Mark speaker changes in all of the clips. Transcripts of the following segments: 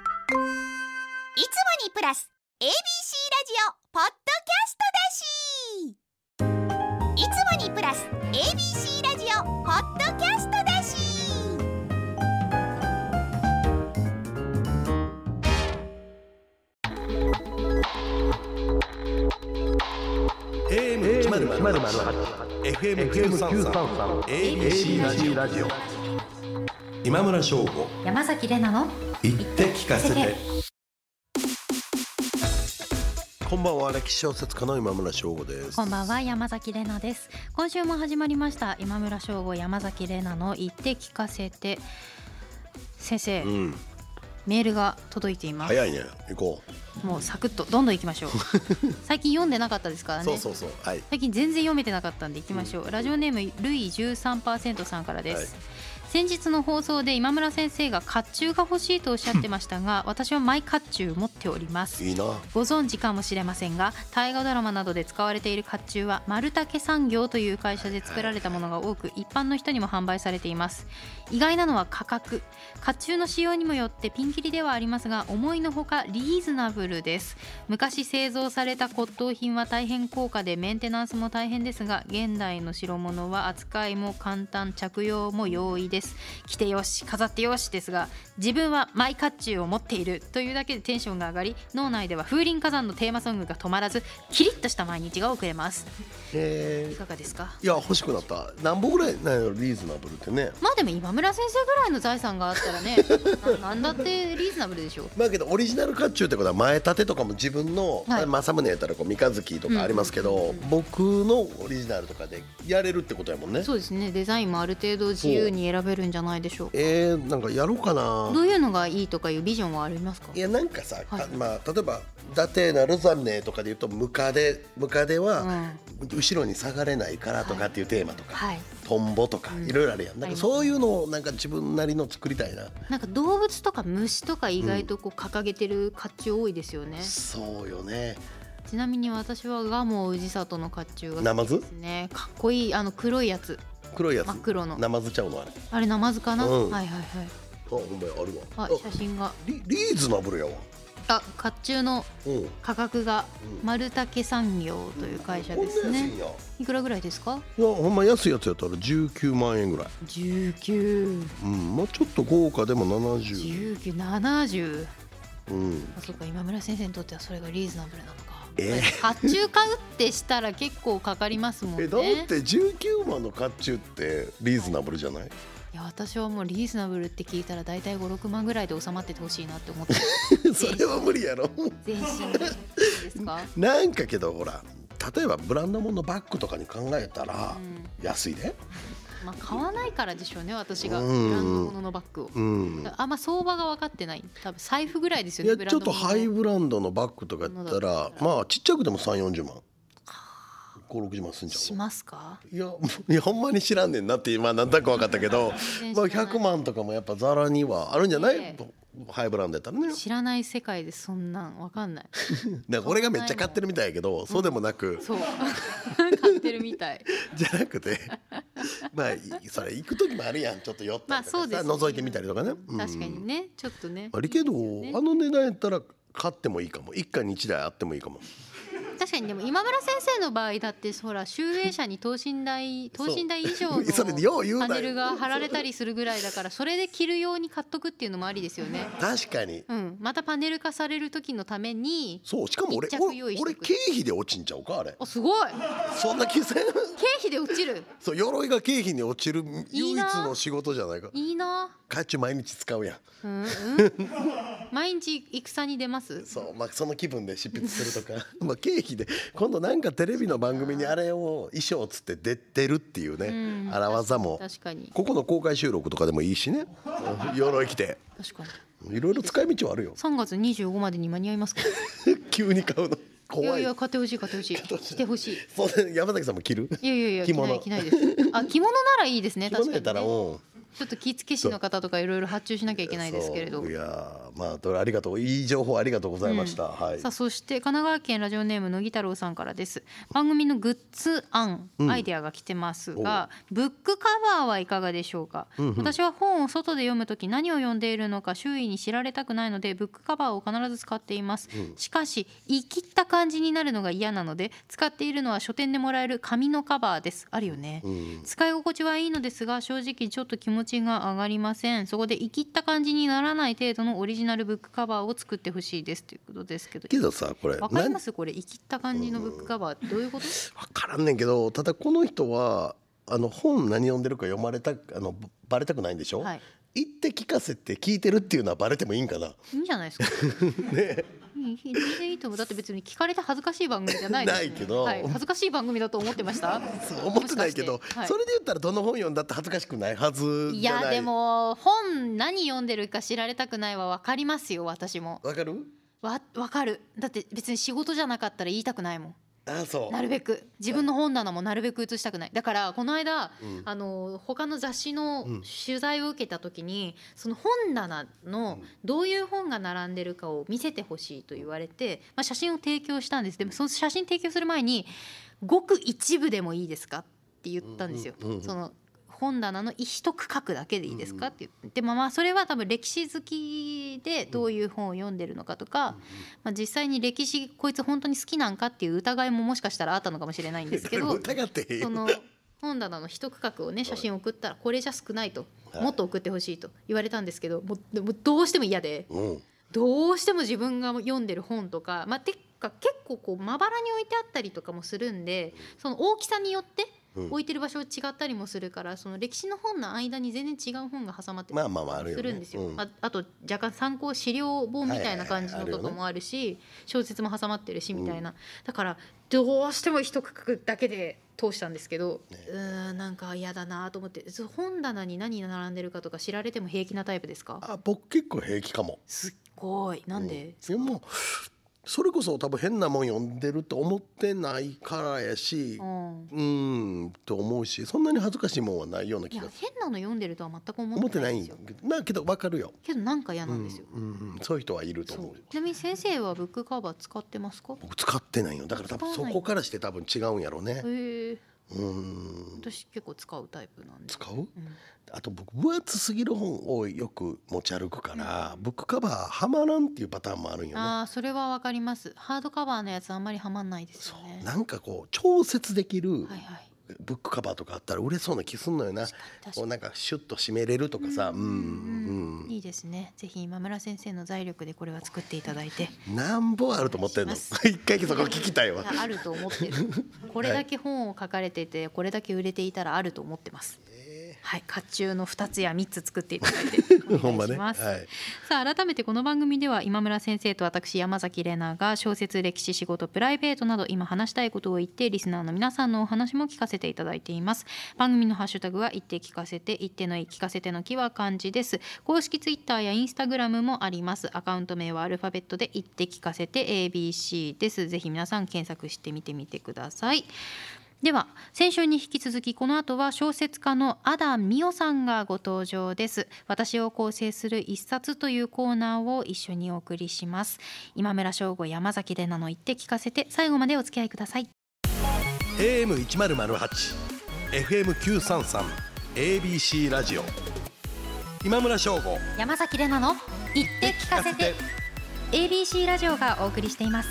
Speaker 1: いつもにプラス ABC ラジオポッドキャストだしいつもにプラス ABC ラジオポッドキャストだし
Speaker 2: まるまる
Speaker 3: FM933 ABC ラジオ
Speaker 2: ジオ
Speaker 3: 今村翔吾
Speaker 4: 山崎れなの
Speaker 3: 言って聞かせ
Speaker 4: 言って
Speaker 3: こんばんは歴史小説家の今村翔吾です
Speaker 4: こんばんは山崎れなです今週も始まりました今村翔吾山崎れなの言って聞かせて先生、
Speaker 3: うん
Speaker 4: メールが届いています
Speaker 3: 早いね行こう、
Speaker 4: もうサクッとどんどん行きま しょう最近読んでなかったですからね
Speaker 3: そうそうそうはい
Speaker 4: 最近全然読めてなかったんで行きましょう、ラジオネームルイ13%さんからです、先日の放送で今村先生が甲冑が欲しいとおっしゃってましたが私はマイ甲冑持っております
Speaker 3: いいな
Speaker 4: ご存知かもしれませんが大河ドラマなどで使われている甲冑は丸竹産業という会社で作られたものが多く一般の人にも販売されています意外なのは価格甲冑の使用にもよってピンキリではありますが思いのほかリーズナブルです昔製造された骨董品は大変高価でメンテナンスも大変ですが現代の代物は扱いも簡単着用も容易です着てよし飾ってよしですが自分はマイ甲冑を持っているというだけでテンションが上がり脳内では風林火山のテーマソングが止まらずキリッとした毎日が送れます
Speaker 3: え
Speaker 4: いかがですか
Speaker 3: いや欲しくなった何本ぐらいなんやろリーズナブルってね
Speaker 4: まあでも今村先生ぐらいの財産があったら ねななんだってリーズナブルでしょ
Speaker 3: まあけどオリジナル甲冑ってことは前立てとかも自分の、
Speaker 4: はい
Speaker 3: 政宗やったらこう三日月とかありますけど、僕のオリジナルとかでやれるってことやもんね
Speaker 4: そうですねデザインもある程度自由に選べるんじゃないでしょうか
Speaker 3: えー、なんかやろうかな
Speaker 4: どういうのがいいとかいうビジョンはありますか
Speaker 3: いやなんかさ、
Speaker 4: はい
Speaker 3: あまあ、例えば「伊達なるざんね」とかで言うと「ムカデ」「ムカデは
Speaker 4: ん、
Speaker 3: 後ろに下がれないから」とかっていうテーマとか「
Speaker 4: はい
Speaker 3: トンボ」とか
Speaker 4: うん
Speaker 3: いろいろあるやんなん
Speaker 4: あり
Speaker 3: か
Speaker 4: ます
Speaker 3: そういうのをなんか自分なりの作りたいな、
Speaker 4: なんか動物とか虫とか意外とこう掲げてる甲冑多いですよね、
Speaker 3: そうよね
Speaker 4: ちなみに私は蒲生氏里の甲冑が
Speaker 3: ナマズ
Speaker 4: ですねかっこいいあの黒いやつ
Speaker 3: 黒いやつ
Speaker 4: 真っ黒の
Speaker 3: ナマズちゃうのあれあ
Speaker 4: あれナマズかな、
Speaker 3: うん
Speaker 4: はいはい
Speaker 3: ほんまやあるわあ
Speaker 4: はいあ写真が
Speaker 3: リリーズナブルやわ
Speaker 4: あ甲冑の
Speaker 3: うん
Speaker 4: 価格が
Speaker 3: うん
Speaker 4: 丸竹産業という会社です
Speaker 3: こんな
Speaker 4: ね
Speaker 3: 安いんや
Speaker 4: いくらぐらいですか
Speaker 3: いやほんま安いやつやったら19万円ぐらい、
Speaker 4: 19
Speaker 3: うん、まあちょっと豪華でも70、
Speaker 4: 1970
Speaker 3: うん、
Speaker 4: あそうか今村先生にとってはそれがリーズナブルなのか
Speaker 3: え
Speaker 4: 甲冑買うってしたら結構かかりますもん
Speaker 3: え
Speaker 4: ね
Speaker 3: だって19万の甲冑ってリーズナブルじゃ ない
Speaker 4: いや私はもうリーズナブルって聞いたら大体56万ぐらいで収まっててほしいなって思って
Speaker 3: それは無理やろ
Speaker 4: 全身ですか、
Speaker 3: なんかけどほら例えばブランド物のバッグとかに考えたら
Speaker 4: うん
Speaker 3: 安いで
Speaker 4: まあ、買わないからでしょうね私が
Speaker 3: う
Speaker 4: ブ
Speaker 3: ん
Speaker 4: ランド物のバッグを
Speaker 3: うん
Speaker 4: あんま相場が分かってない多分財布ぐらいです
Speaker 3: い
Speaker 4: よね
Speaker 3: や
Speaker 4: ブ
Speaker 3: ち
Speaker 4: ラ
Speaker 3: ょ
Speaker 4: ン
Speaker 3: っと
Speaker 4: ド物の
Speaker 3: ハイブランドのバッグとかやったらまあちっちゃくても3 4 0万560万すんじ
Speaker 4: し
Speaker 3: ゃん
Speaker 4: ますか
Speaker 3: いやもういやほんまに知らんねんなって今なんとなく分かったけど
Speaker 4: 全
Speaker 3: まあ
Speaker 4: 然知らない
Speaker 3: 100万とかもやっぱザラにはあるんじゃない、
Speaker 4: え
Speaker 3: ハイブランドやったらね
Speaker 4: 知らない世界でそんなん分かんない
Speaker 3: だから俺がめっちゃ買ってるみたいやけどそうでもなく、
Speaker 4: そう 買ってるみたい
Speaker 3: じゃなく てまあいそれ行く時もあるやんちょっと寄った
Speaker 4: まあ
Speaker 3: りとか
Speaker 4: そうです
Speaker 3: さ、
Speaker 4: ね
Speaker 3: 覗いてみたりとかね、
Speaker 4: うん確かに
Speaker 3: ね
Speaker 4: ねちょっとね
Speaker 3: あるけど、
Speaker 4: いいですよ
Speaker 3: あ
Speaker 4: ね
Speaker 3: の値段やったら買ってもいいかも一家に一台あってもいいかも
Speaker 4: 確かにでも今村先生の場合だってほら集英社に等身大
Speaker 3: そ
Speaker 4: 等
Speaker 3: う
Speaker 4: 身大以上の
Speaker 3: それでよう言うな
Speaker 4: パ
Speaker 3: よ
Speaker 4: ネルが貼られたりするぐらいだからそれで着るように買っとくっていうのもありですよね。
Speaker 3: 確かに
Speaker 4: うん、またパネル化される時のために
Speaker 3: そうしかも俺
Speaker 4: 一着
Speaker 3: 俺
Speaker 4: 用意しとく
Speaker 3: 俺経費で落ちんちゃうかあれ
Speaker 4: あすごい
Speaker 3: そんな気せん
Speaker 4: 経費で落ちる
Speaker 3: そう鎧が経費に落ちる唯
Speaker 4: い
Speaker 3: 一
Speaker 4: な
Speaker 3: の仕事じゃないか
Speaker 4: いいな、
Speaker 3: 甲冑毎日使うやん
Speaker 4: うんうん、毎日戦に出ます
Speaker 3: そうまあその気分で執筆するとか まあ経費で今度なんかテレビの番組にあれを衣装つって出てるっていうね、
Speaker 4: うん
Speaker 3: 荒技も
Speaker 4: 確かに
Speaker 3: ここの公開収録とかでもいいし ね鎧着て
Speaker 4: 確かに
Speaker 3: いろいろ使い道はあるよ
Speaker 4: 3月25までに間に合いますか
Speaker 3: 急に買うの
Speaker 4: いや
Speaker 3: 怖い
Speaker 4: いや買ってほしい買ってほしい着てほしい
Speaker 3: そう山崎さんも着る
Speaker 4: いやいやいや
Speaker 3: 着
Speaker 4: 着
Speaker 3: 物
Speaker 4: ない着ないですあ着物ならいいですね
Speaker 3: 着
Speaker 4: 確か
Speaker 3: 物
Speaker 4: に、
Speaker 3: や
Speaker 4: ね、
Speaker 3: ったらうん
Speaker 4: ちょっと気付け師の方とかいろいろ発注しなきゃいけないですけれど
Speaker 3: そういやーまあどれありがとういい情報ありがとうございました、はい
Speaker 4: さあそして神奈川県ラジオネーム乃木太郎さんからです番組のグッズ案、
Speaker 3: うん
Speaker 4: アイデアが来てますがブックカバーはいかがでしょうか、
Speaker 3: うんうん
Speaker 4: 私は本を外で読むとき何を読んでいるのか周囲に知られたくないのでブックカバーを必ず使っています、
Speaker 3: うん
Speaker 4: しかし言い切った感じになるのが嫌なので使っているのは書店でもらえる紙のカバーですあるよね、
Speaker 3: うん
Speaker 4: 使い心地はいいのですが正直ちょっと気持ちが上がりませんそこで生きった感じにならない程度のオリジナルブックカバーを作ってほしいですということですけど
Speaker 3: けどさこれ
Speaker 4: わかり
Speaker 3: なん
Speaker 4: ま
Speaker 3: わ
Speaker 4: すこれ生きった感じのブックカバーどういうこと
Speaker 3: からんねんけどただこの人はあの本何読んでるか読まれたあのばバレたくないんでしょ、
Speaker 4: はい
Speaker 3: 言って聞かせて聞いてるっていうのはバレてもいいんか ない
Speaker 4: いんじゃないですかね全然いいと思うだって別に聞かれて恥ずかしい番組じゃないです、ね、
Speaker 3: ないけど
Speaker 4: はい、恥ずかしい番組だと思ってました
Speaker 3: そう思ってないけど
Speaker 4: もしかしてはい
Speaker 3: それで言ったらどの本読んだって恥ずかしくないはず
Speaker 4: い
Speaker 3: じゃない
Speaker 4: やでも本何読んでるか知られたくないはわかりますよ私も
Speaker 3: わかる
Speaker 4: わわかるだって別に仕事じゃなかったら言いたくないもん
Speaker 3: あそう
Speaker 4: なるべく自分の本棚もなるべく映したくないだからこの間、
Speaker 3: うん
Speaker 4: あの他の雑誌の
Speaker 3: うん
Speaker 4: 取材を受けた時に、その本棚のどういう本が並んでるかを見せてほしいと言われて、まあ、写真を提供したんですでもその写真提供する前に「ごく一部でもいいですか?」って言ったんですよ。
Speaker 3: うんうんうん
Speaker 4: その本棚の一区画だけでいいですか
Speaker 3: う
Speaker 4: って言ってでもまあそれは多分歴史好きでどういう本を読んでるのかとか、まあ、実際に歴史こいつ本当に好きなんかっていう疑いももしかしたらあったのかもしれないんで すけど
Speaker 3: 疑ってへんよ
Speaker 4: その本棚の一区画をね写真送ったらこれじゃ少ないと
Speaker 3: はい
Speaker 4: もっと送ってほしいと言われたんですけどもうでもどうしても嫌で
Speaker 3: うん
Speaker 4: どうしても自分が読んでる本とかまあてか結構こうまばらに置いてあったりとかもするんでその大きさによって
Speaker 3: うん
Speaker 4: 置いてる場所違ったりもするからその歴史の本の間に全然違う本が挟まってたり
Speaker 3: まあまあまああるよね
Speaker 4: するんですよ、
Speaker 3: うん
Speaker 4: ああと若干参考資料本みたいな感じ
Speaker 3: は
Speaker 4: の
Speaker 3: いはいはい
Speaker 4: とかもあるし、小説も挟まってるし
Speaker 3: うん
Speaker 4: みたいな、だからどうしても一区画だけで通したんですけど、
Speaker 3: ね
Speaker 4: うーんなんか嫌だなと思ってそう本棚に何が並んでるかとか知られても平気なタイプですか
Speaker 3: あ僕結構平気かも
Speaker 4: すっごいなんで、
Speaker 3: うんいやもうそれこそ多分変なもん読んでると思ってないからやし
Speaker 4: うん
Speaker 3: うーんと思うしそんなに恥ずかしいもんはないようない気
Speaker 4: や
Speaker 3: が
Speaker 4: 変なの読んでるとは全く
Speaker 3: 思
Speaker 4: 思
Speaker 3: っ
Speaker 4: っ
Speaker 3: て
Speaker 4: てな
Speaker 3: ないい
Speaker 4: ん
Speaker 3: ん
Speaker 4: です
Speaker 3: や
Speaker 4: よ
Speaker 3: けどなけどわかるよ
Speaker 4: けどなんか嫌
Speaker 3: う
Speaker 4: なん
Speaker 3: ん
Speaker 4: ですよ、
Speaker 3: うんうんそういう人はいると
Speaker 4: そ
Speaker 3: 思
Speaker 4: う
Speaker 3: うよ
Speaker 4: ちなみに先生はブックカバー使ってますか
Speaker 3: 僕使ってないよだから多分
Speaker 4: 使
Speaker 3: そ
Speaker 4: わない
Speaker 3: こからして多分違うんやろうね
Speaker 4: へえ
Speaker 3: うーん
Speaker 4: 私結構使うタイプなんで
Speaker 3: 使う
Speaker 4: うん
Speaker 3: あと僕分厚すぎる本をよく持ち歩くから、ブックカバーはまらんっていうパターンもあるんよね
Speaker 4: ああそれはわかりますハードカバーのやつあんまりはまんないです
Speaker 3: そ
Speaker 4: よね
Speaker 3: うなんかこう調節できる
Speaker 4: はいはい
Speaker 3: ブックカバーとかあったら売れそうな気すんのよな、
Speaker 4: 確かに
Speaker 3: こ
Speaker 4: 確か
Speaker 3: う
Speaker 4: に
Speaker 3: なんかシュッと締めれるとかさ、うんうん
Speaker 4: いいですねぜひ今村先生の財力でこれは作っていただいて
Speaker 3: なんぼあると思ってんの
Speaker 4: お願いしま
Speaker 3: 一回そこ聞きたいわ
Speaker 4: いやあると思 ってるこれだけ本を書かれててこれだけ売れていたらあると思ってますはい甲冑の2つや3つ作っていただいて
Speaker 3: ほ
Speaker 4: お
Speaker 3: ん
Speaker 4: 願
Speaker 3: ま
Speaker 4: い
Speaker 3: ね
Speaker 4: し
Speaker 3: は
Speaker 4: ま
Speaker 3: い
Speaker 4: すさあ改めてこの番組では今村先生と私山崎怜奈が小説歴史仕事プライベートなど今話したいことを言ってリスナーの皆さんのお話も聞かせていただいています番組のハッシュタグは言って聞かせて言ってのい聞かせてのきは漢字です公式ツイッターやインスタグラムもありますアカウント名はアルファベットで言って聞かせて ABC ですぜひ皆さん検索してみてみてくださいでは先週に引き続きこの後は小説家のアダミオさんがご登場です私を構成する一冊というコーナーを一緒にお送りします今村翔吾山崎怜奈の言って聞かせて最後までお付き合いください
Speaker 3: AM 一ゼロゼロ八、FM 九三三、ABC ラジオ。今村翔吾。
Speaker 4: 山崎怜奈の言って聞かせて ABC ラジオがお送りしています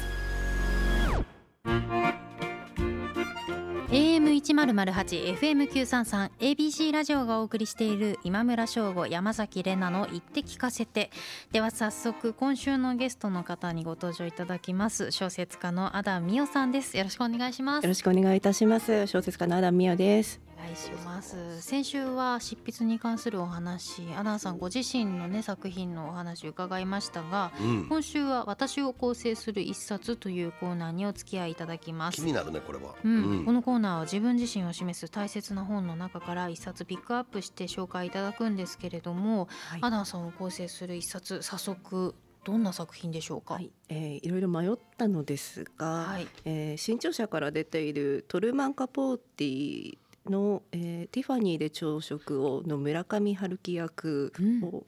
Speaker 4: AM1008、FM933、ABC ラジオがお送りしている今村翔吾、山崎怜奈の言って聞かせてでは早速今週のゲストの方にご登場いただきます小説家のアダミオさんですよろしくお願いします
Speaker 2: よろしくお願いいたします。小説家のアダミオです。
Speaker 4: お願いします先週は執筆に関するお話アダンさんご自身のね作品のお話伺いましたが
Speaker 3: うん。
Speaker 4: 今週は私を構成する一冊というコーナーにお付き合いいただきま
Speaker 3: 気
Speaker 4: す
Speaker 3: になるねこれは。
Speaker 4: うんこのコーナーは自分自身を示す大切な本の中から一冊ピックアップして紹介いただくんですけれども、
Speaker 2: はい
Speaker 4: アダンさんを構成する一冊早速どんな作品でしょうか
Speaker 2: はい、えーいろいろ迷ったのですが、
Speaker 4: はい
Speaker 2: えー新潮社から出ているトルマン・カポーティの、えーティファニーで朝食をの村上春樹役を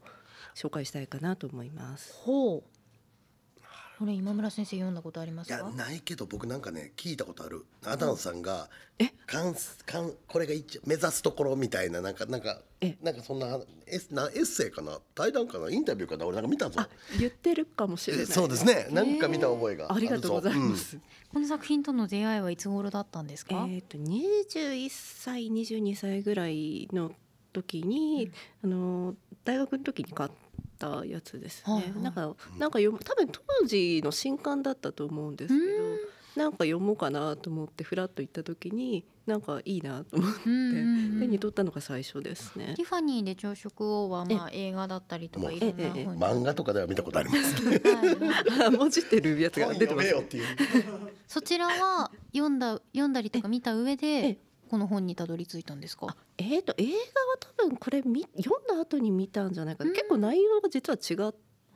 Speaker 2: 紹介したいかなと思います。
Speaker 4: ほうこれ今村先生読んだことありま
Speaker 3: い
Speaker 4: す
Speaker 3: や
Speaker 4: か
Speaker 3: ないけど僕なんかね聞いたことあるアダンさんが
Speaker 2: え
Speaker 3: かんかんこれが一目指すところみたいななんかなんか
Speaker 2: え
Speaker 3: なんかそんなエスなエッセイかな対談かなインタビューかな俺なんか見たぞ
Speaker 2: あ、言ってるかもしれな
Speaker 3: え
Speaker 2: い。
Speaker 3: そうです。ねなんか見た覚えが
Speaker 2: ありがとうございま、す。
Speaker 4: この作品との出会いはいつ頃だったんですか、
Speaker 2: えっ、と21歳22歳ぐらいの時に、あの大学の時に買ったやつですね。
Speaker 4: はいはい
Speaker 2: なんか
Speaker 3: うん
Speaker 2: なんか読む多分当時の新刊だったと思うんですけど
Speaker 4: うん。
Speaker 2: なんか読もうかなと思ってフラッと行った時になんかいいなと思って
Speaker 4: うんうんうん
Speaker 2: 手に取ったのが最初ですね
Speaker 4: ティ。ファニーで朝食王はまあ映画だったりとか
Speaker 3: え
Speaker 4: いろんな
Speaker 2: ええ
Speaker 3: う
Speaker 4: 本
Speaker 3: ん漫画とかでは見たことあります けど
Speaker 2: あ文字ってるやつが
Speaker 3: 本
Speaker 2: 出て
Speaker 3: 読
Speaker 2: ま
Speaker 3: め
Speaker 2: す
Speaker 3: よっ
Speaker 2: ね。
Speaker 3: ていう
Speaker 4: そちら は読んだ読んだりとか見た上
Speaker 2: え
Speaker 4: で
Speaker 2: え
Speaker 4: この本にたどり着いたんですか。
Speaker 2: えーと映画は多分これ見読んだ後に見たんじゃないかな、
Speaker 4: うん
Speaker 2: 結構内容が実は違っ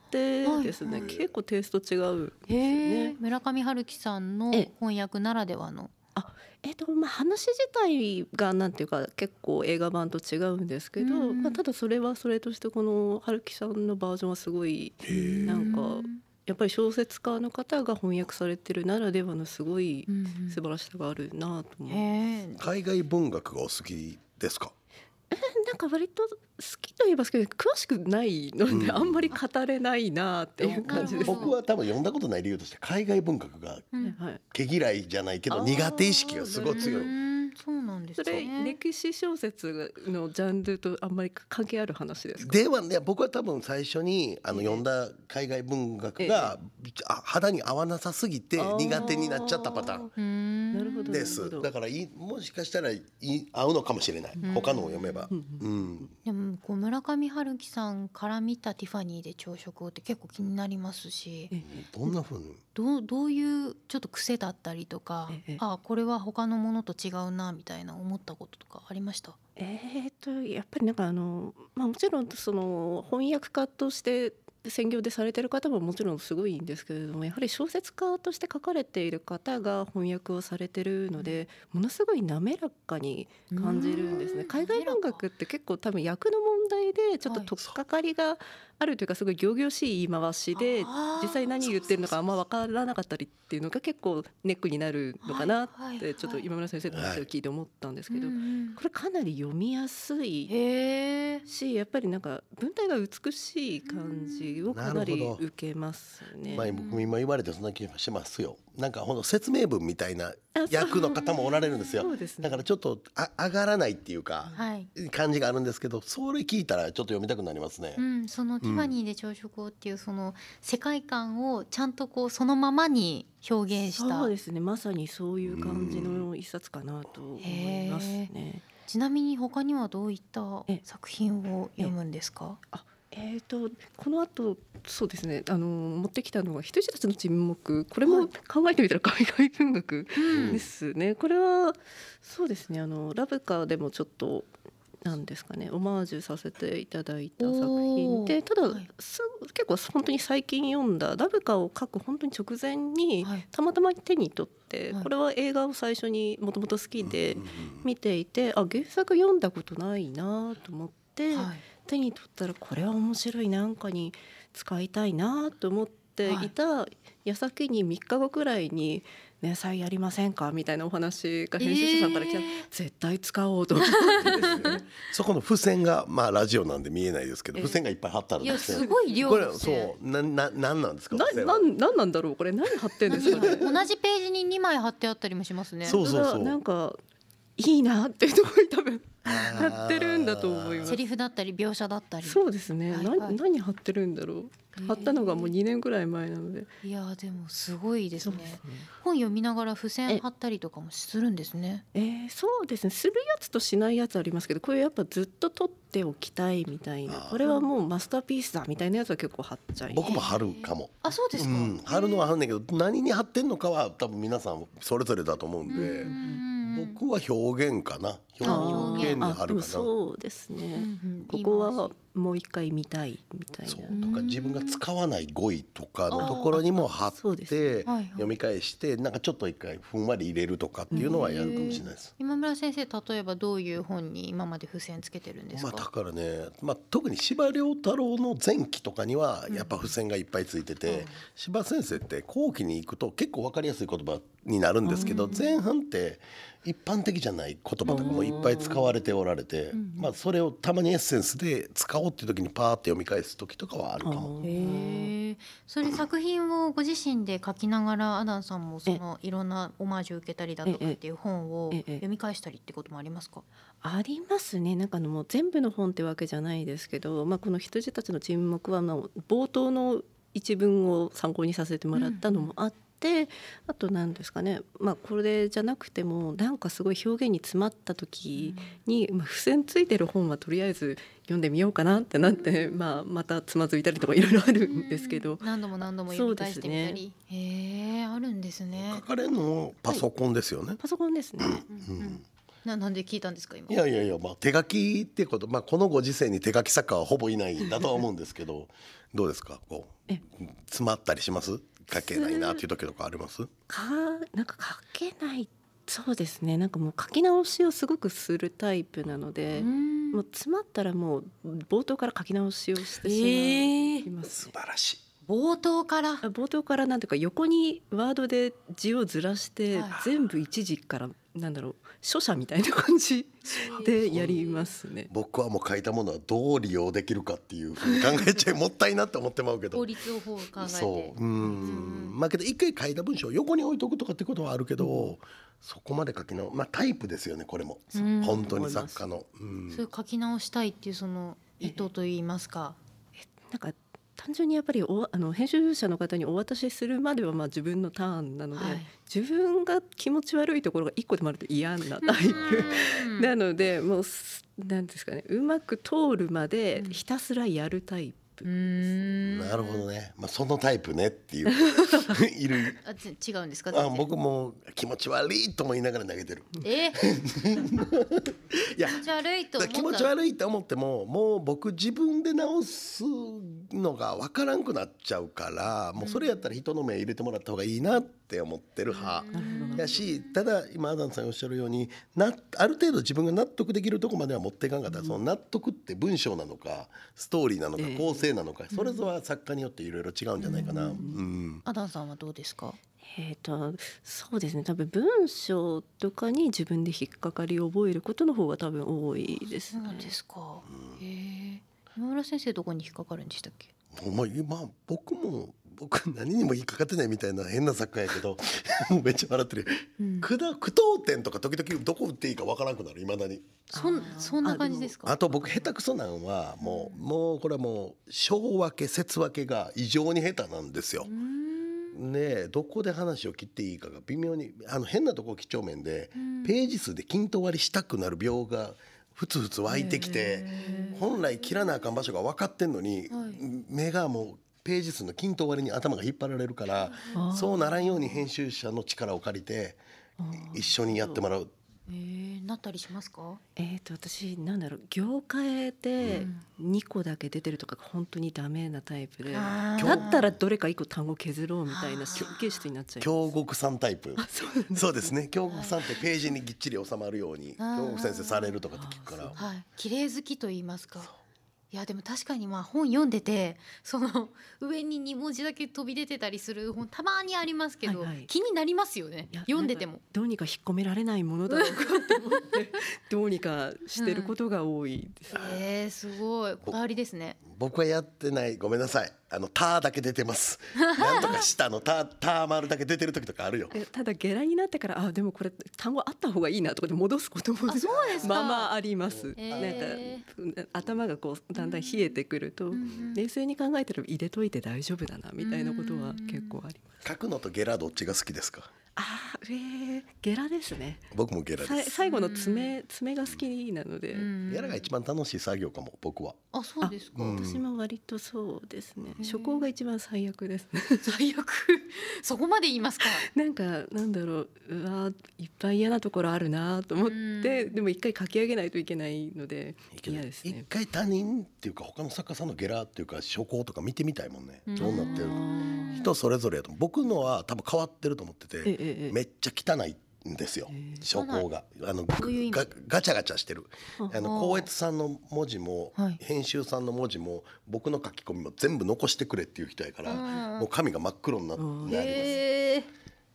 Speaker 2: てですね、
Speaker 4: はい
Speaker 3: はい
Speaker 2: 結構テイスト違うんです
Speaker 4: へ
Speaker 2: よ
Speaker 4: え
Speaker 2: ね。
Speaker 4: 村上春樹さんの
Speaker 2: ええ
Speaker 4: 翻訳ならではの。
Speaker 2: えっとまあ、話自体がなんていうか結構映画版と違うんですけど、
Speaker 4: うん
Speaker 2: まあ、ただそれはそれとしてこの春樹さんのバージョンはすごいなんか
Speaker 4: うん
Speaker 2: やっぱり小説家の方が翻訳されてるならではのすごい
Speaker 4: うん
Speaker 2: 素晴らしさがあるなと思う、
Speaker 4: へえ
Speaker 3: 海外文学がお好きですか
Speaker 2: なんか割と好きといえば好きで詳しくないので、
Speaker 3: うん
Speaker 2: あんまり語れないなっていう感じです。
Speaker 4: なるほ
Speaker 3: 僕は多分読んだことない理由として海外文学が
Speaker 4: うん
Speaker 2: はい、
Speaker 3: 毛嫌いじゃないけど苦手意識がすごい強い
Speaker 4: うんそうなんです
Speaker 2: それ
Speaker 4: ね。
Speaker 2: 歴史小説のジャンルとあんまり関係ある話ですか。
Speaker 3: ではね僕は多分最初にあの読んだ海外文学が、あ肌に合わなさすぎて
Speaker 2: あー
Speaker 3: 苦手になっちゃったパターン
Speaker 4: うん
Speaker 2: なるほど
Speaker 3: で
Speaker 2: な
Speaker 3: す
Speaker 2: るほど
Speaker 3: だからいいもしかしたらいい合うのかもしれない、
Speaker 4: うん
Speaker 3: 他のを読めば
Speaker 2: う、ん
Speaker 3: うん、
Speaker 4: でもこう村上春樹さんから見たティファニーで朝食をって結構気になりますし
Speaker 2: ええ
Speaker 3: どんなふうに
Speaker 4: どうどういうちょっと癖だったりとか
Speaker 2: ええ
Speaker 4: あこれは他のものと違うなみたいな思ったこととかありました
Speaker 2: えー、とやっぱりなんかあの、まあ、もちろんその翻訳家として専業でされてる方ももちろんすごいんですけれどもやはり小説家として書かれている方が翻訳をされてるのでものすごい滑らかに感じるんですね。海外文学って結構多分役の問題でちょっと取っかかりがあるというかすごい仰々しい言い回しで実際何言ってるのかあんま分からなかったりっていうのが結構ネックになるのかなっ
Speaker 4: って
Speaker 2: ちょっと今村先生の話を聞いて思ったんですけどこれかなり読みやすい
Speaker 4: へえ
Speaker 2: しやっぱりなんか文体が美しい感じをかな
Speaker 3: うんな
Speaker 2: り
Speaker 3: るほど
Speaker 2: 受けますね。
Speaker 3: 前僕も今言われてそんな気がしますよなんかほんと説明文みたいな
Speaker 2: あそう
Speaker 3: 役の方もおられるんですよ
Speaker 2: そうですね
Speaker 3: だからちょっとあ上がらないっていうか、
Speaker 4: はい
Speaker 3: 感じがあるんですけどそれ聞いたらちょっと読みたくなりますね、
Speaker 4: うん、そのティファニーで朝食をっていうその世界観をちゃんとこうそのままに表現した
Speaker 2: そうですねまさにそういう感じの一冊かなと思いますね。
Speaker 4: ちなみに他にはどういった
Speaker 2: え
Speaker 4: 作品を読むんですか
Speaker 2: えー、とこの後そうですねあの持ってきたのが「羊たちの沈黙」これ
Speaker 4: は
Speaker 2: も
Speaker 4: い
Speaker 2: 考えてみたら海外文学
Speaker 4: うん
Speaker 2: ですね。これはそうですね。あのラブカでもちょっとなんですかね。オマージュさせていただいた作品
Speaker 4: お
Speaker 2: で、
Speaker 4: ー
Speaker 2: ただ、
Speaker 4: はい
Speaker 2: す結構本当に最近読んだラブカを書く本当に直前に、
Speaker 4: はい
Speaker 2: たまたま手に取って、
Speaker 4: はい
Speaker 2: これは映画を最初にもともと好きで
Speaker 3: うんうん
Speaker 2: 見ていて、あ原作読んだことないなと思って、
Speaker 4: はい
Speaker 2: 手に取ったらこれは面白いなんかに使いたいなと思っていた矢先に3日後くらいに「連載やりませんか?」みたいなお話が編集者さんから来た、
Speaker 4: えー
Speaker 2: 絶対使おうと思って
Speaker 3: そこの付箋がまあラジオなんで見えないですけど
Speaker 2: ええ
Speaker 3: 付箋がいっぱい貼ってあるん
Speaker 4: い
Speaker 3: で
Speaker 4: や
Speaker 3: すよ
Speaker 4: すごい量
Speaker 3: これ
Speaker 4: ですね
Speaker 3: そうなななんなんですか
Speaker 2: な
Speaker 3: 付箋は
Speaker 2: なんなんなんだろうこれ何貼ってんですかね。
Speaker 4: 同じページに2枚貼ってあったりもしますね
Speaker 3: そうそうそ
Speaker 2: ただ
Speaker 3: う
Speaker 2: なんかいいなっていうところに多分
Speaker 3: 貼
Speaker 2: ってるんだと思います
Speaker 4: セリフだったり描写だったり
Speaker 2: そうですね、
Speaker 4: はい
Speaker 2: な
Speaker 4: はい
Speaker 2: 何貼ってるんだろう貼ったのがもう2年ぐらい前なので
Speaker 4: いやーでもすごいですね
Speaker 2: そうです
Speaker 4: 本読みながら付箋
Speaker 2: え
Speaker 4: 貼ったりとかもするんですね
Speaker 2: えーそうですねするやつとしないやつありますけどこれやっぱずっと取っておきたいみたいな
Speaker 3: あー
Speaker 2: これはもうマスターピースだみたいなやつは結構貼っちゃい
Speaker 3: 僕も貼るかも、
Speaker 4: あそうで
Speaker 3: う
Speaker 4: すか、
Speaker 3: ん、貼るのは貼るんだけど何に貼ってんのかは多分皆さんそれぞれだと思うんで、
Speaker 4: 僕
Speaker 3: 僕は表現かな
Speaker 4: あー
Speaker 3: 表現に
Speaker 2: あ
Speaker 3: 貼
Speaker 2: で
Speaker 3: る
Speaker 2: も
Speaker 3: かな
Speaker 2: そうですね、ここはもう一回見たいみたい
Speaker 3: そう
Speaker 2: な
Speaker 3: とか自分が使わない語彙とかのところにも貼っ
Speaker 2: そうで
Speaker 3: て
Speaker 2: す
Speaker 4: はいはい
Speaker 3: 読み返してなんかちょっと一回ふんわり入れるとかっていうのはやるかもしれないです。
Speaker 4: 今村先生例えばどういう本に今まで付箋つけてるんです
Speaker 3: まあ、
Speaker 4: か、
Speaker 3: だからね、まあ、特に司馬遼太郎の前期とかにはやっぱ付箋がいっぱいついてて、司馬先生って後期に行くと結構分かりやすい言葉になるんですけど、前半って一般的じゃない言葉とかもいっぱい使われておられて、まあ、それをたまにエッセンスで使おうっていう時にパーって読み返す時とかはあるかも。
Speaker 2: あー
Speaker 4: へえそれ作品をご自身で書きながらアダンさんもそのいろんなオマージュ受けたりだとかっていう本を
Speaker 2: ええええ
Speaker 4: 読み返したりってこともありますか、
Speaker 2: ありますねなんかあのもう全部の本ってわけじゃないですけど、まあ、この「羊たちの沈黙は」あの冒頭の一文を参考にさせてもらったのもあって。あと何ですかね、まあ、これじゃなくてもなんかすごい表現に詰まった時に、まあ、付箋ついてる本はとりあえず読んでみようかなってなって、まあ、またつまずいたりとかいろいろあるんですけど、
Speaker 4: 何度も何度も読み返してみたり、へえあるんですね
Speaker 3: 書、かれるのパソコンですよね。
Speaker 2: パソコンですね。
Speaker 4: うんうんななんで聞いたんですか今
Speaker 3: いやいやいや、まあ、手書きっていうこと、まあ、このご時世に手書き作家はほぼいないんだとは思うんですけど どうですかこう
Speaker 2: え
Speaker 3: 詰まったりします書けないなっていう時とかあります
Speaker 2: かなんか書けないそうですねなんかもう書き直しをすごくするタイプなので、
Speaker 4: うん
Speaker 2: もう詰まったらもう冒頭から書き直しをしてし
Speaker 4: ええ
Speaker 2: まいます
Speaker 3: 素
Speaker 2: ね、
Speaker 3: 晴らしい
Speaker 4: 冒頭から
Speaker 2: あ冒頭からなんていうか横にワードで字をずらして
Speaker 4: はい
Speaker 2: 全部一字からなんだろう書写みたいな感じでやりますね。
Speaker 3: 僕はもう書いたものはどう利用できるかっていうふうに考えちゃいもったいなって思ってまうけ ど
Speaker 4: 法律を考えて
Speaker 3: そううんまあけど一回書いた文章を横に置いとくとかってことはあるけどそこまで書き直まあタイプですよねこれも
Speaker 4: うん
Speaker 3: 本当に作家のうん
Speaker 4: そういう書き直したいっていうその意図といいますか、
Speaker 2: なんか単純にやっぱりおあの編集者の方にお渡しするまではまあ自分のターンなので、
Speaker 4: はい
Speaker 2: 自分が気持ち悪いところが一個でもあると嫌なタイプ
Speaker 4: うん
Speaker 2: なのでもうすなんですかねうまく通るまでひたすらやるタイプ、
Speaker 4: うーん
Speaker 3: なるほどね、まあ、そのタイプねっていう いる
Speaker 4: あつ違うんですか
Speaker 3: あ
Speaker 4: 全然
Speaker 3: 僕も気持ち悪いと思いながら投げてる
Speaker 4: え
Speaker 3: いや
Speaker 4: 気持ち悪いと
Speaker 3: だから
Speaker 4: 思った
Speaker 3: 気持ち悪いと思ってももう僕自分で直すのが分からんくなっちゃうからもうそれやったら人の目入れてもらった方がいいなって思ってる派
Speaker 2: なるほど
Speaker 3: やしただ今アダンさんがおっしゃるようになある程度自分が納得できるとこまでは持っていかんかったら、その納得って文章なのかストーリーなのか
Speaker 2: ええ
Speaker 3: 構成なのか、それぞれ作家によっていろいろ違うんじゃないかな。うん
Speaker 4: アダンさんはどうですか
Speaker 2: えー、とそうですね多分文章とかに自分で引っかかりを覚えることの方が多分多いです
Speaker 4: そう
Speaker 2: ね。
Speaker 4: なんですか、へえ今村先生どこに引っかかるんでしたっけ
Speaker 3: お前今僕も僕何にも引っかかってないみたいな変な作家やけど もうめっちゃ笑ってる、くだ句読点とか時々どこ打っていいかわからなくなるいまだに
Speaker 4: そんそんな感じですか
Speaker 3: あと僕下手くそなんはもうもうこれはもう小分け節分けが異常に下手なんですよ。ねえどこで話を切っていいかが微妙にあの変なとこ几帳面でページ数で均等割りしたくなる病がふつふつ湧いてきて本来切らなあかん場所が分かってんのに、目がもうページ数の均等割りに頭が引っ張られるからそうならんように編集者の力を借りて一緒にやってもらう。
Speaker 4: ええなったりしますか
Speaker 2: えー、と私なんだろう業界で2個だけ出てるとかが本当にダメなタイプで、
Speaker 4: あー
Speaker 2: だったらどれか1個単語削ろうみたいな神経質になっちゃいます
Speaker 3: 京極さんタイプそうですね京極さんってページにぎっちり収まるように
Speaker 4: あー
Speaker 3: 京極先生されるとかって聞くから
Speaker 4: はい綺麗好きと言いますかいやでも確かにまあ本読んでて その上に2文字だけ飛び出てたりする本たまにありますけど、
Speaker 2: はいはい
Speaker 4: 気になりますよね
Speaker 2: いや
Speaker 4: 読んでても
Speaker 2: なかどうにか引っ込められないものだろうかと思ってどうにかしてることが多いです、
Speaker 4: えー、すごいこだわりですね
Speaker 3: 僕はやってないごめんなさいあの「た」だけ出てますなんとか下の「た」「た」丸だけ出てる時とかあるよ
Speaker 2: えただ下ラになってからあでもこれ単語あった方がいいなとかで戻すことも
Speaker 4: あそうですか
Speaker 2: まあまああります、
Speaker 4: え
Speaker 2: なんか頭がこうだんだん冷えてくると、冷静に考えたら入れといて大丈夫だなみたいなことは結構あります、
Speaker 3: 書くのとゲラどっちが好きですか
Speaker 2: ああ上ゲラですね
Speaker 3: 僕もゲラ
Speaker 2: さ
Speaker 3: で
Speaker 2: い
Speaker 3: す
Speaker 2: 最後の爪爪が好きなので、
Speaker 4: うん
Speaker 3: ゲラが一番楽しい作業かも僕は
Speaker 4: あそうです
Speaker 3: あ
Speaker 4: か、
Speaker 3: うん
Speaker 2: 私も割とそうですね
Speaker 4: へえ
Speaker 2: 初行が一番最悪です ね
Speaker 4: 最悪 そこまで言いますか
Speaker 2: なんかなんだろううわーいっぱい嫌なところあるなと思って、
Speaker 4: うん
Speaker 2: でも一回書き上げないといけないので
Speaker 3: いけない
Speaker 2: 嫌です
Speaker 3: 一
Speaker 2: ね
Speaker 3: 回他人っていうか他の作家さんのゲラっていうか書稿とか見てみたいもんねどうなってるか
Speaker 4: うん
Speaker 3: 人それぞれやと思う僕のは多分変わってると思って
Speaker 2: え
Speaker 3: て
Speaker 2: えええ
Speaker 3: めっちゃ汚いんですよ
Speaker 2: ええ
Speaker 3: 書稿があの
Speaker 4: どういう意味
Speaker 3: ガガチャガチャしてる
Speaker 2: あ
Speaker 3: あの
Speaker 4: あー
Speaker 3: 光悦さんの文字も
Speaker 4: はい
Speaker 3: 編集さんの文字も僕の書き込みも全部残してくれっていう人やから
Speaker 4: うん
Speaker 3: もう紙が真っ黒にななり
Speaker 2: うん
Speaker 3: ま
Speaker 2: や
Speaker 3: す
Speaker 4: へえ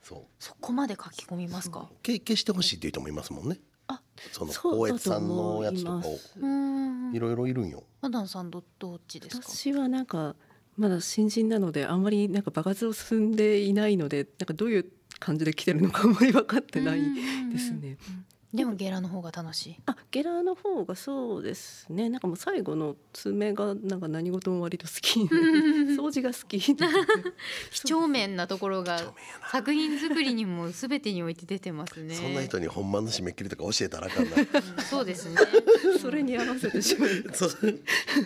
Speaker 3: そう
Speaker 4: そこまで書き込みますか
Speaker 3: 経験してほしいっていう人もいますもんね
Speaker 4: あ
Speaker 3: その
Speaker 2: そう
Speaker 3: 光
Speaker 2: だ
Speaker 3: 悦
Speaker 2: と
Speaker 3: さんの
Speaker 2: 思
Speaker 3: やつ
Speaker 2: い
Speaker 3: とか
Speaker 2: ま
Speaker 3: を
Speaker 2: す
Speaker 4: うん
Speaker 3: いろいろいるんよ
Speaker 4: アダンさんどどっちですか
Speaker 2: 私はなんかまだ新人なのであんまりなんか場数を進んでいないのでなんかどういう感じで来てるのかあんまり分かってないです
Speaker 4: う
Speaker 2: ね。
Speaker 4: んうんうんでもゲラの方が楽しい
Speaker 2: あゲラの方がそうですねなんかもう最後の爪がなんか何事も割と好 きな掃除が好きで
Speaker 4: 几帳面なところが
Speaker 3: 几帳面やな
Speaker 4: 作品作りにも全てにおいて出てますね
Speaker 3: そんな人に本番の締め切りとか教えたらあかん な
Speaker 4: そうですね
Speaker 2: それに合わせてしまう
Speaker 3: そう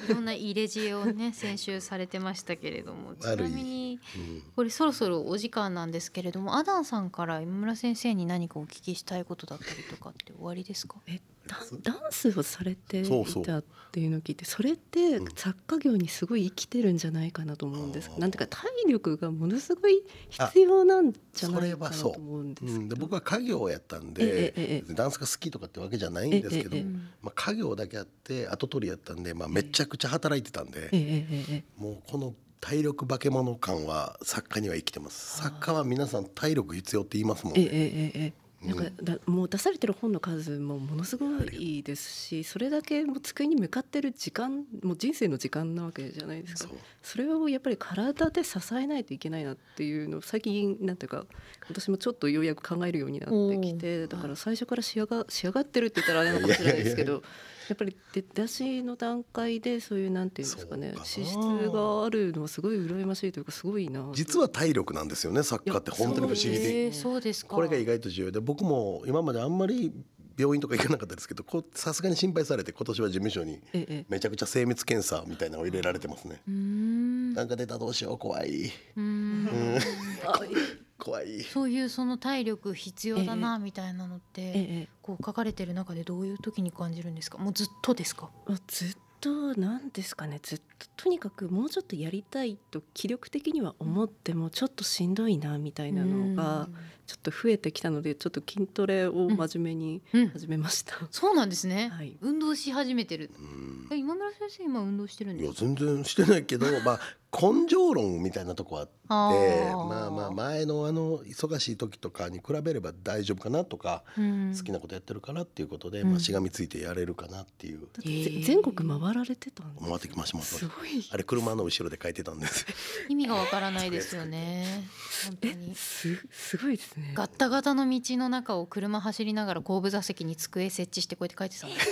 Speaker 4: いろんな入れ知恵 をね先週されてましたけれどもちな
Speaker 3: 悪い
Speaker 4: みに
Speaker 3: うん
Speaker 4: これそろそろお時間なんですけれどもアダンさんから今村先生に何かお聞きしたいことだったりとかって終わりですか
Speaker 2: えダンダンスをされて
Speaker 3: そ
Speaker 2: いう
Speaker 3: そう
Speaker 2: たっていうのを聞いてそれって
Speaker 3: うん
Speaker 2: 作家業にすごい生きてるんじゃないかなと思うんです
Speaker 3: あー
Speaker 2: なんていうか体力がものすごい必要なんじゃ
Speaker 3: そ
Speaker 2: ない
Speaker 3: れ
Speaker 2: か
Speaker 3: は
Speaker 2: な
Speaker 3: そ
Speaker 2: と
Speaker 3: う
Speaker 2: 思うんで
Speaker 3: う
Speaker 2: す
Speaker 3: ん、で
Speaker 2: けど
Speaker 3: 僕は家業やったん
Speaker 2: え
Speaker 3: で、
Speaker 2: ええええ
Speaker 3: ダンスが好きとかってわけじゃないんですけど、
Speaker 2: ええええ
Speaker 3: まあ、家業だけあって後取りやったんで、まあ、めちゃくちゃ働いてたんで、
Speaker 2: ええええええ
Speaker 3: もうこの体力化け物感は作家には生きてます作家は皆さん体力必要って言いますもん
Speaker 2: ええ
Speaker 3: ね、
Speaker 2: ええええなんかだもう出されてる本の数もものすごいですしそれだけもう机に向かってる時間もう人生の時間なわけじゃないです
Speaker 3: そ
Speaker 2: か
Speaker 3: う
Speaker 2: それをやっぱり体で支えないといけないなっていうのを最近なんていうか私もちょっとようやく考えるようになってきてだから最初から仕上が仕上がってるって言ったらあれなのかもしれないですけどやっぱり出だしの段階でそういうなんていうんですか
Speaker 3: そう
Speaker 2: ね
Speaker 3: かな
Speaker 2: 資質があるのはすごい羨ましいというかすごいな
Speaker 3: 実は体力なんですよね作家って本当に不思議で
Speaker 4: へーそうですか
Speaker 3: これが意外と重要で僕も今まであんまり病院とか行かなかったですけどこうさすがに心配されて今年は事務所に
Speaker 2: ええええ
Speaker 3: めちゃくちゃ精密検査みたいなのを入れられてますね
Speaker 4: うーんう
Speaker 3: なんか出たどうしよう怖い
Speaker 4: ーん
Speaker 2: あえ
Speaker 3: 怖い
Speaker 4: そういうその体力必要だなみたいなのっ
Speaker 2: え
Speaker 4: て
Speaker 2: ええ
Speaker 4: こう書かれてる中でどういう時に感じるんですかもうずっとですか
Speaker 2: まあずっとなんですかねずっととにかくもうちょっとやりたいと気力的には思ってもちょっとしんどいなみたいなのがちょっと増えてきたのでちょっと筋トレを真面目に
Speaker 4: うんうん
Speaker 2: 始めました。
Speaker 4: そうなんですね、
Speaker 2: はい
Speaker 4: 運動し始めてる
Speaker 3: うん
Speaker 4: え今村先生今運動してるん
Speaker 3: い
Speaker 4: で
Speaker 3: や
Speaker 4: すか
Speaker 3: 全然してないけ どまあ根性論みたいなとこあって
Speaker 4: あー
Speaker 3: まあまあ前のあの忙しい時とかに比べれば大丈夫かなとか
Speaker 4: うん
Speaker 3: 好きなことやってるからっていうことで、
Speaker 4: うん
Speaker 3: まあ、しがみついてやれるかなっていう
Speaker 2: だってぜ
Speaker 4: へえ
Speaker 2: 全国回られてたんです
Speaker 3: 思ってきましたもん
Speaker 2: すごい
Speaker 3: あれ車の後ろで書いてたん です
Speaker 4: 意味がわからないですよ ね本当
Speaker 2: え
Speaker 4: に
Speaker 2: すすごいですね。
Speaker 4: ガッタガタの道の中を車走りながら後部座席に机設置してこうやって書いてた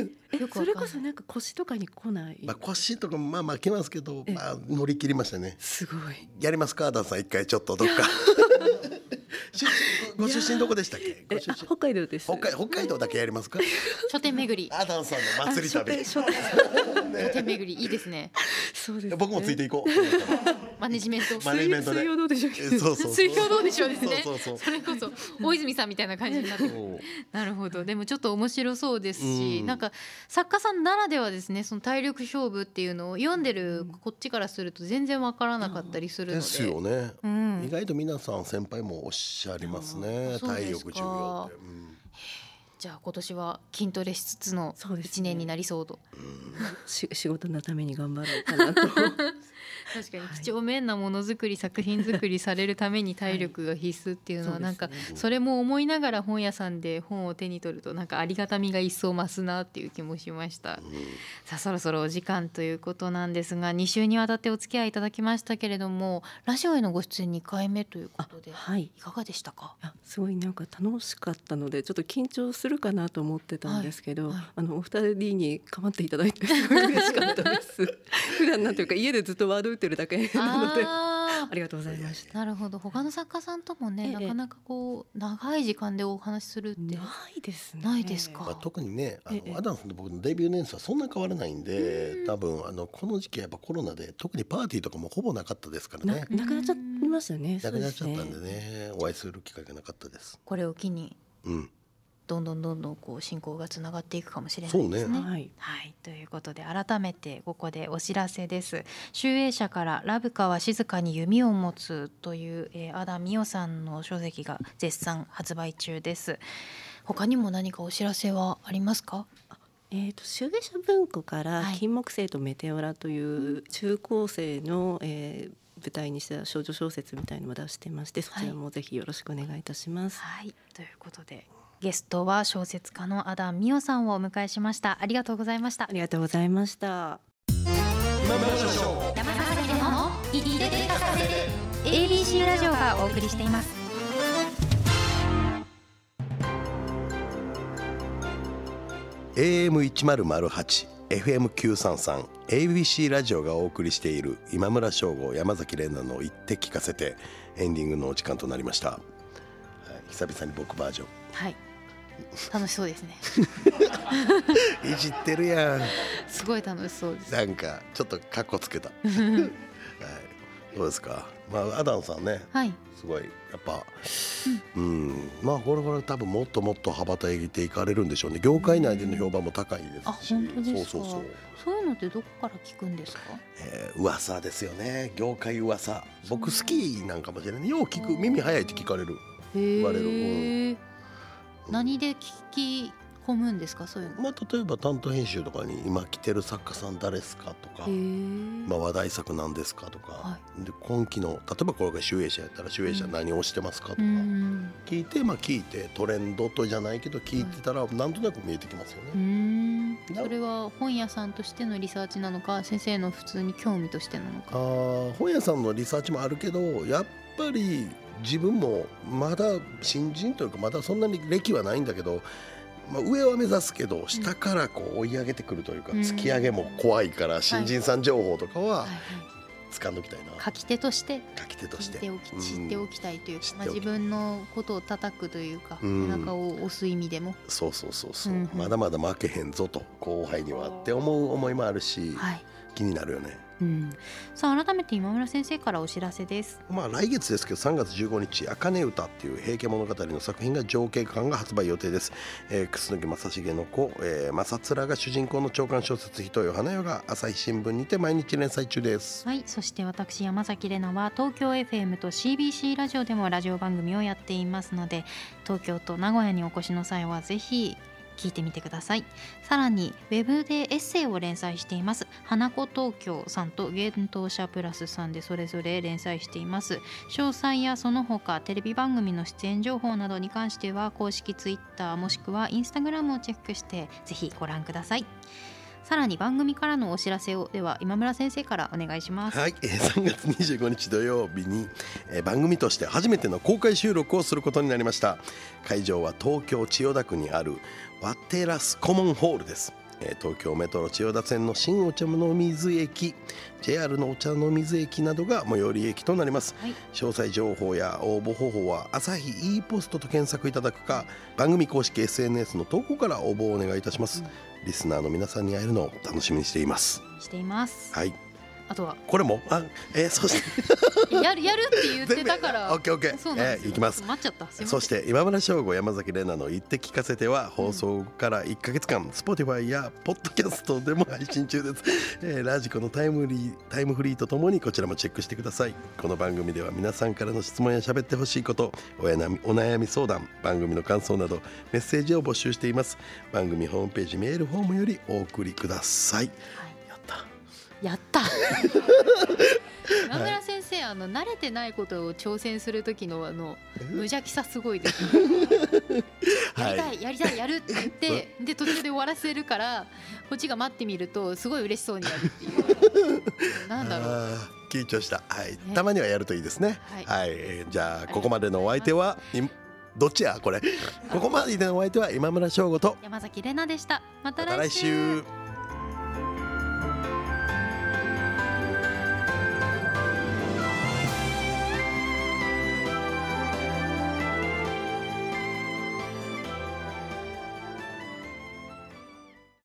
Speaker 4: んです
Speaker 2: え
Speaker 4: よくわかんない
Speaker 2: それこそなんか腰とかに来ない。
Speaker 3: まあ腰とかもまあまあ来ますけど、
Speaker 2: え
Speaker 3: まあ、乗り切りましたね
Speaker 2: すごい。
Speaker 3: やりますかアダンさん一回ちょっとどっか出身ごご出身どこでしたっけご
Speaker 2: え
Speaker 3: 出
Speaker 2: あ
Speaker 3: 身
Speaker 2: 北海道です。
Speaker 3: 北海北海道だけやりますか
Speaker 4: 書店巡り
Speaker 3: アダンさんの
Speaker 2: あ
Speaker 3: 祭り旅
Speaker 2: 書店書店
Speaker 4: 書店巡りいいで すね
Speaker 2: そうです、ね。
Speaker 3: 僕もついていこう
Speaker 4: マネジメント
Speaker 3: マネジメントで
Speaker 2: 水曜どうでしょう。
Speaker 3: えそうそう
Speaker 4: 水曜どうでしょうですね
Speaker 3: そうそうそ
Speaker 4: それこそ大泉さんみたいな感じになってくる
Speaker 3: う
Speaker 4: なるほどでもちょっと面白そうですし、
Speaker 3: うん
Speaker 4: なんか作家さんならではですねその体力勝負っていうのを読んでるこっちからすると全然わからなかったりするので。
Speaker 3: ですよね、
Speaker 4: うん
Speaker 3: 意外と皆さん先輩もおっしゃりますね
Speaker 4: あそう
Speaker 3: 体
Speaker 4: ですか
Speaker 3: 力重要って、うん
Speaker 4: じゃあ今年は筋トレしつつの
Speaker 2: そうですね
Speaker 4: 一年になりそうと
Speaker 2: し仕事のために頑張ろうか なと
Speaker 4: 確かに
Speaker 2: はい
Speaker 4: 几帳面なものづくり作品作りされるために体力が必須っていうのは
Speaker 2: はい
Speaker 4: なんか
Speaker 2: そうです
Speaker 3: ね
Speaker 4: それも思いながら本屋さんで本を手に取るとなんかありがたみが一層増すなっていう気もしました。さあそろそろお時間ということなんですが2週にわたってお付き合いいただきましたけれどもラジオへのご出演2回目ということで
Speaker 2: はい
Speaker 4: いかがでしたか
Speaker 2: あすごいなんか楽しかったのでちょっと緊張するかなと思ってたんですけど、
Speaker 4: はいはい
Speaker 2: あのお二人に構ってい ただいてすごい嬉しかったです 普段なんていうか家でずっとワード打ってるだけなので
Speaker 4: ああ
Speaker 2: ありがとうございました。
Speaker 4: なるほど他の作家さんともね、
Speaker 2: ええ
Speaker 4: なかなかこう長い時間でお話しするって
Speaker 2: ないですね。
Speaker 4: ないですか
Speaker 3: まあ、特にねあ
Speaker 2: ええ
Speaker 3: のアダムさんと僕のデビュー年数はそんな変わらないんで
Speaker 4: うん
Speaker 3: 多分あのこの時期はやっぱコロナで特にパーティーとかもほぼなかったですから
Speaker 2: な
Speaker 3: ね
Speaker 2: なくなっちゃいましたよね。
Speaker 3: なくなっちゃったん
Speaker 2: そう
Speaker 3: です
Speaker 2: ね。
Speaker 3: ねお会いする機会がなかったです。
Speaker 4: これを機に
Speaker 3: うん、
Speaker 4: どんどんどんどんこう進行がつながっていくかもしれな
Speaker 3: そ
Speaker 4: いうで
Speaker 3: ね
Speaker 4: すね。
Speaker 2: はい。
Speaker 4: はいということで改めてここでお知らせです集英社から「ラブカは静かに弓を持つ」という、えー、アダミオさんの書籍が絶賛発売中です他にも何かお知らせはありますか
Speaker 2: えー、と集英社文庫から
Speaker 4: はい
Speaker 2: 「金木星とメテオラ」という中高生の、えー舞台にした少女小説みたいのも出してましてそちらもぜひよろしくお願いいたします。
Speaker 4: はいということでゲストは小説家のアダミオさんをお迎えしましたありがとうございました
Speaker 2: ありがとうございました。
Speaker 4: 山崎でもいいでかさで ABC ラジオがお送りしています
Speaker 3: 「AM1008」FM933 ABC ラジオがお送りしている今村翔吾山崎怜奈の「言って聞かせて」エンディングのお時間となりました、はい、久々に僕バージョ
Speaker 4: はい楽しそうですね
Speaker 3: ンいじってるやん
Speaker 4: すごい楽しそうです
Speaker 3: なんかちょっとカッコつけた。はい。どうですか。まあアダンさんね、
Speaker 4: はい
Speaker 3: すごいやっぱ、うん、まあこれから多分もっともっと羽ばたいていかれるんでしょうね。業界内での評判も高いです
Speaker 4: あ
Speaker 3: し、
Speaker 4: 本当ですか
Speaker 3: そうそうそう。
Speaker 4: そういうのってどこから聞くんですか
Speaker 3: えー、噂ですよね。業界噂。僕好きなんかもしれない。よう聞く耳早いって聞かれる。
Speaker 4: 言
Speaker 3: われるうん
Speaker 4: 何で聞き込むんですかそういうの
Speaker 3: まあ例えば担当編集とかに今来てる作家さん誰ですかとか。まあ、話題作なんですかとか、
Speaker 4: は
Speaker 3: で今期の例えばこれが集英社やったら集英社何をしてますかとか、
Speaker 4: うん
Speaker 3: 聞いてまあ聞いてトレンドとじゃないけど聞いてたらなんとなく見えてきますよ
Speaker 4: う
Speaker 3: ね。
Speaker 4: ん
Speaker 3: な
Speaker 4: それは本屋さんとしてのリサーチなのか先生の普通に興味としてなの
Speaker 3: あ
Speaker 4: か
Speaker 3: ー本屋さんのリサーチもあるけどやっぱり自分もまだ新人というかまだそんなに歴はないんだけど、まあ、上は目指すけど下からこう追い上げてくるというか、
Speaker 4: うん
Speaker 3: 突き上げも怖いから新人さん情報とか
Speaker 4: は
Speaker 3: はい
Speaker 4: はい
Speaker 3: 掴んどきたいな、
Speaker 4: 書き手として
Speaker 3: 書き手とし
Speaker 4: 聞い
Speaker 3: て。
Speaker 4: ておき知っておきたいというか、
Speaker 3: 知っ
Speaker 4: まあ、
Speaker 3: ておき
Speaker 4: 自分のことを叩くというか、
Speaker 3: うん
Speaker 4: 背中を押す意味でも、
Speaker 3: そうそうそうそう、
Speaker 4: うんうん
Speaker 3: まだまだ負けへんぞと後輩にはって思う思いもあるし、
Speaker 4: はい
Speaker 3: 気になるよね
Speaker 4: うん、さあ改めて今村先生からお知らせです。
Speaker 3: まあ来月ですけど3月15日「あかね歌」っていう「平家物語」の作品が情景館が発売予定です、えー、楠木正成の子、えー、正面が主人公の長官小説「ひとよ花よ」が朝日新聞にて毎日連載中です
Speaker 4: はい、そして私山崎れなは東京 FM と CBC ラジオでもラジオ番組をやっていますので東京と名古屋にお越しの際はぜひ聞いてみてくださいさらにウェブでエッセイを連載しています花子東京さんと幻冬舎プラスさんでそれぞれ連載しています詳細やその他テレビ番組の出演情報などに関しては公式 Twitter もしくは Instagram をチェックしてぜひご覧くださいさらに番組からのお知らせをでは今村先生からお願いします
Speaker 3: はい、えー、3月25日土曜日に、えー番組として初めての公開収録をすることになりました会場は東京千代田区にあるワテラスコモンホールです、えー東京メトロ千代田線の新お茶の水駅 JR のお茶の水駅などが最寄り駅となります、
Speaker 4: はい
Speaker 3: 詳細情報や応募方法は朝日 e ポストと検索いただくか番組公式 SNS の投稿から応募をお願いいたします、
Speaker 4: うん
Speaker 3: リスナーの皆さんに会えるのを楽しみにしています
Speaker 4: しています、
Speaker 3: はい
Speaker 4: あとは
Speaker 3: これもあ、えーそして
Speaker 4: やるやるって言ってた から
Speaker 3: オッケーオッケー。
Speaker 4: そうなんですよ
Speaker 3: えーいきます。
Speaker 4: 待っちゃったすいません
Speaker 3: そして今村翔吾山崎怜奈の「言って聞かせて」は放送から1ヶ月間 Spotify やポッドキャストでも配信中です、えーラジコのタイムリータイムフリーとともにこちらもチェックしてくださいこの番組では皆さんからの質問や喋ってほしいことおやなみお悩み相談番組の感想などメッセージを募集しています番組ホームページメールフォームよりお送りください
Speaker 4: はい
Speaker 3: やった
Speaker 4: やった 今村先生、あの慣れてないことを挑戦する時のあの無邪気さすごいです、やりたいやりたいやるって言ってで途中で終わらせるからこっちが待ってみるとすごい嬉しそうにやるって いうなんだろう
Speaker 3: あー緊張した、はい
Speaker 4: ね、
Speaker 3: たまにはやるといいですね。
Speaker 4: は
Speaker 3: はいい、えーじゃあ、ここまでのお相手は、いどっちや、これ。ここまでのお相手は、今村翔吾と、
Speaker 4: 山崎れなでしたまた
Speaker 3: また
Speaker 4: 来
Speaker 3: 来
Speaker 4: 週
Speaker 3: 週。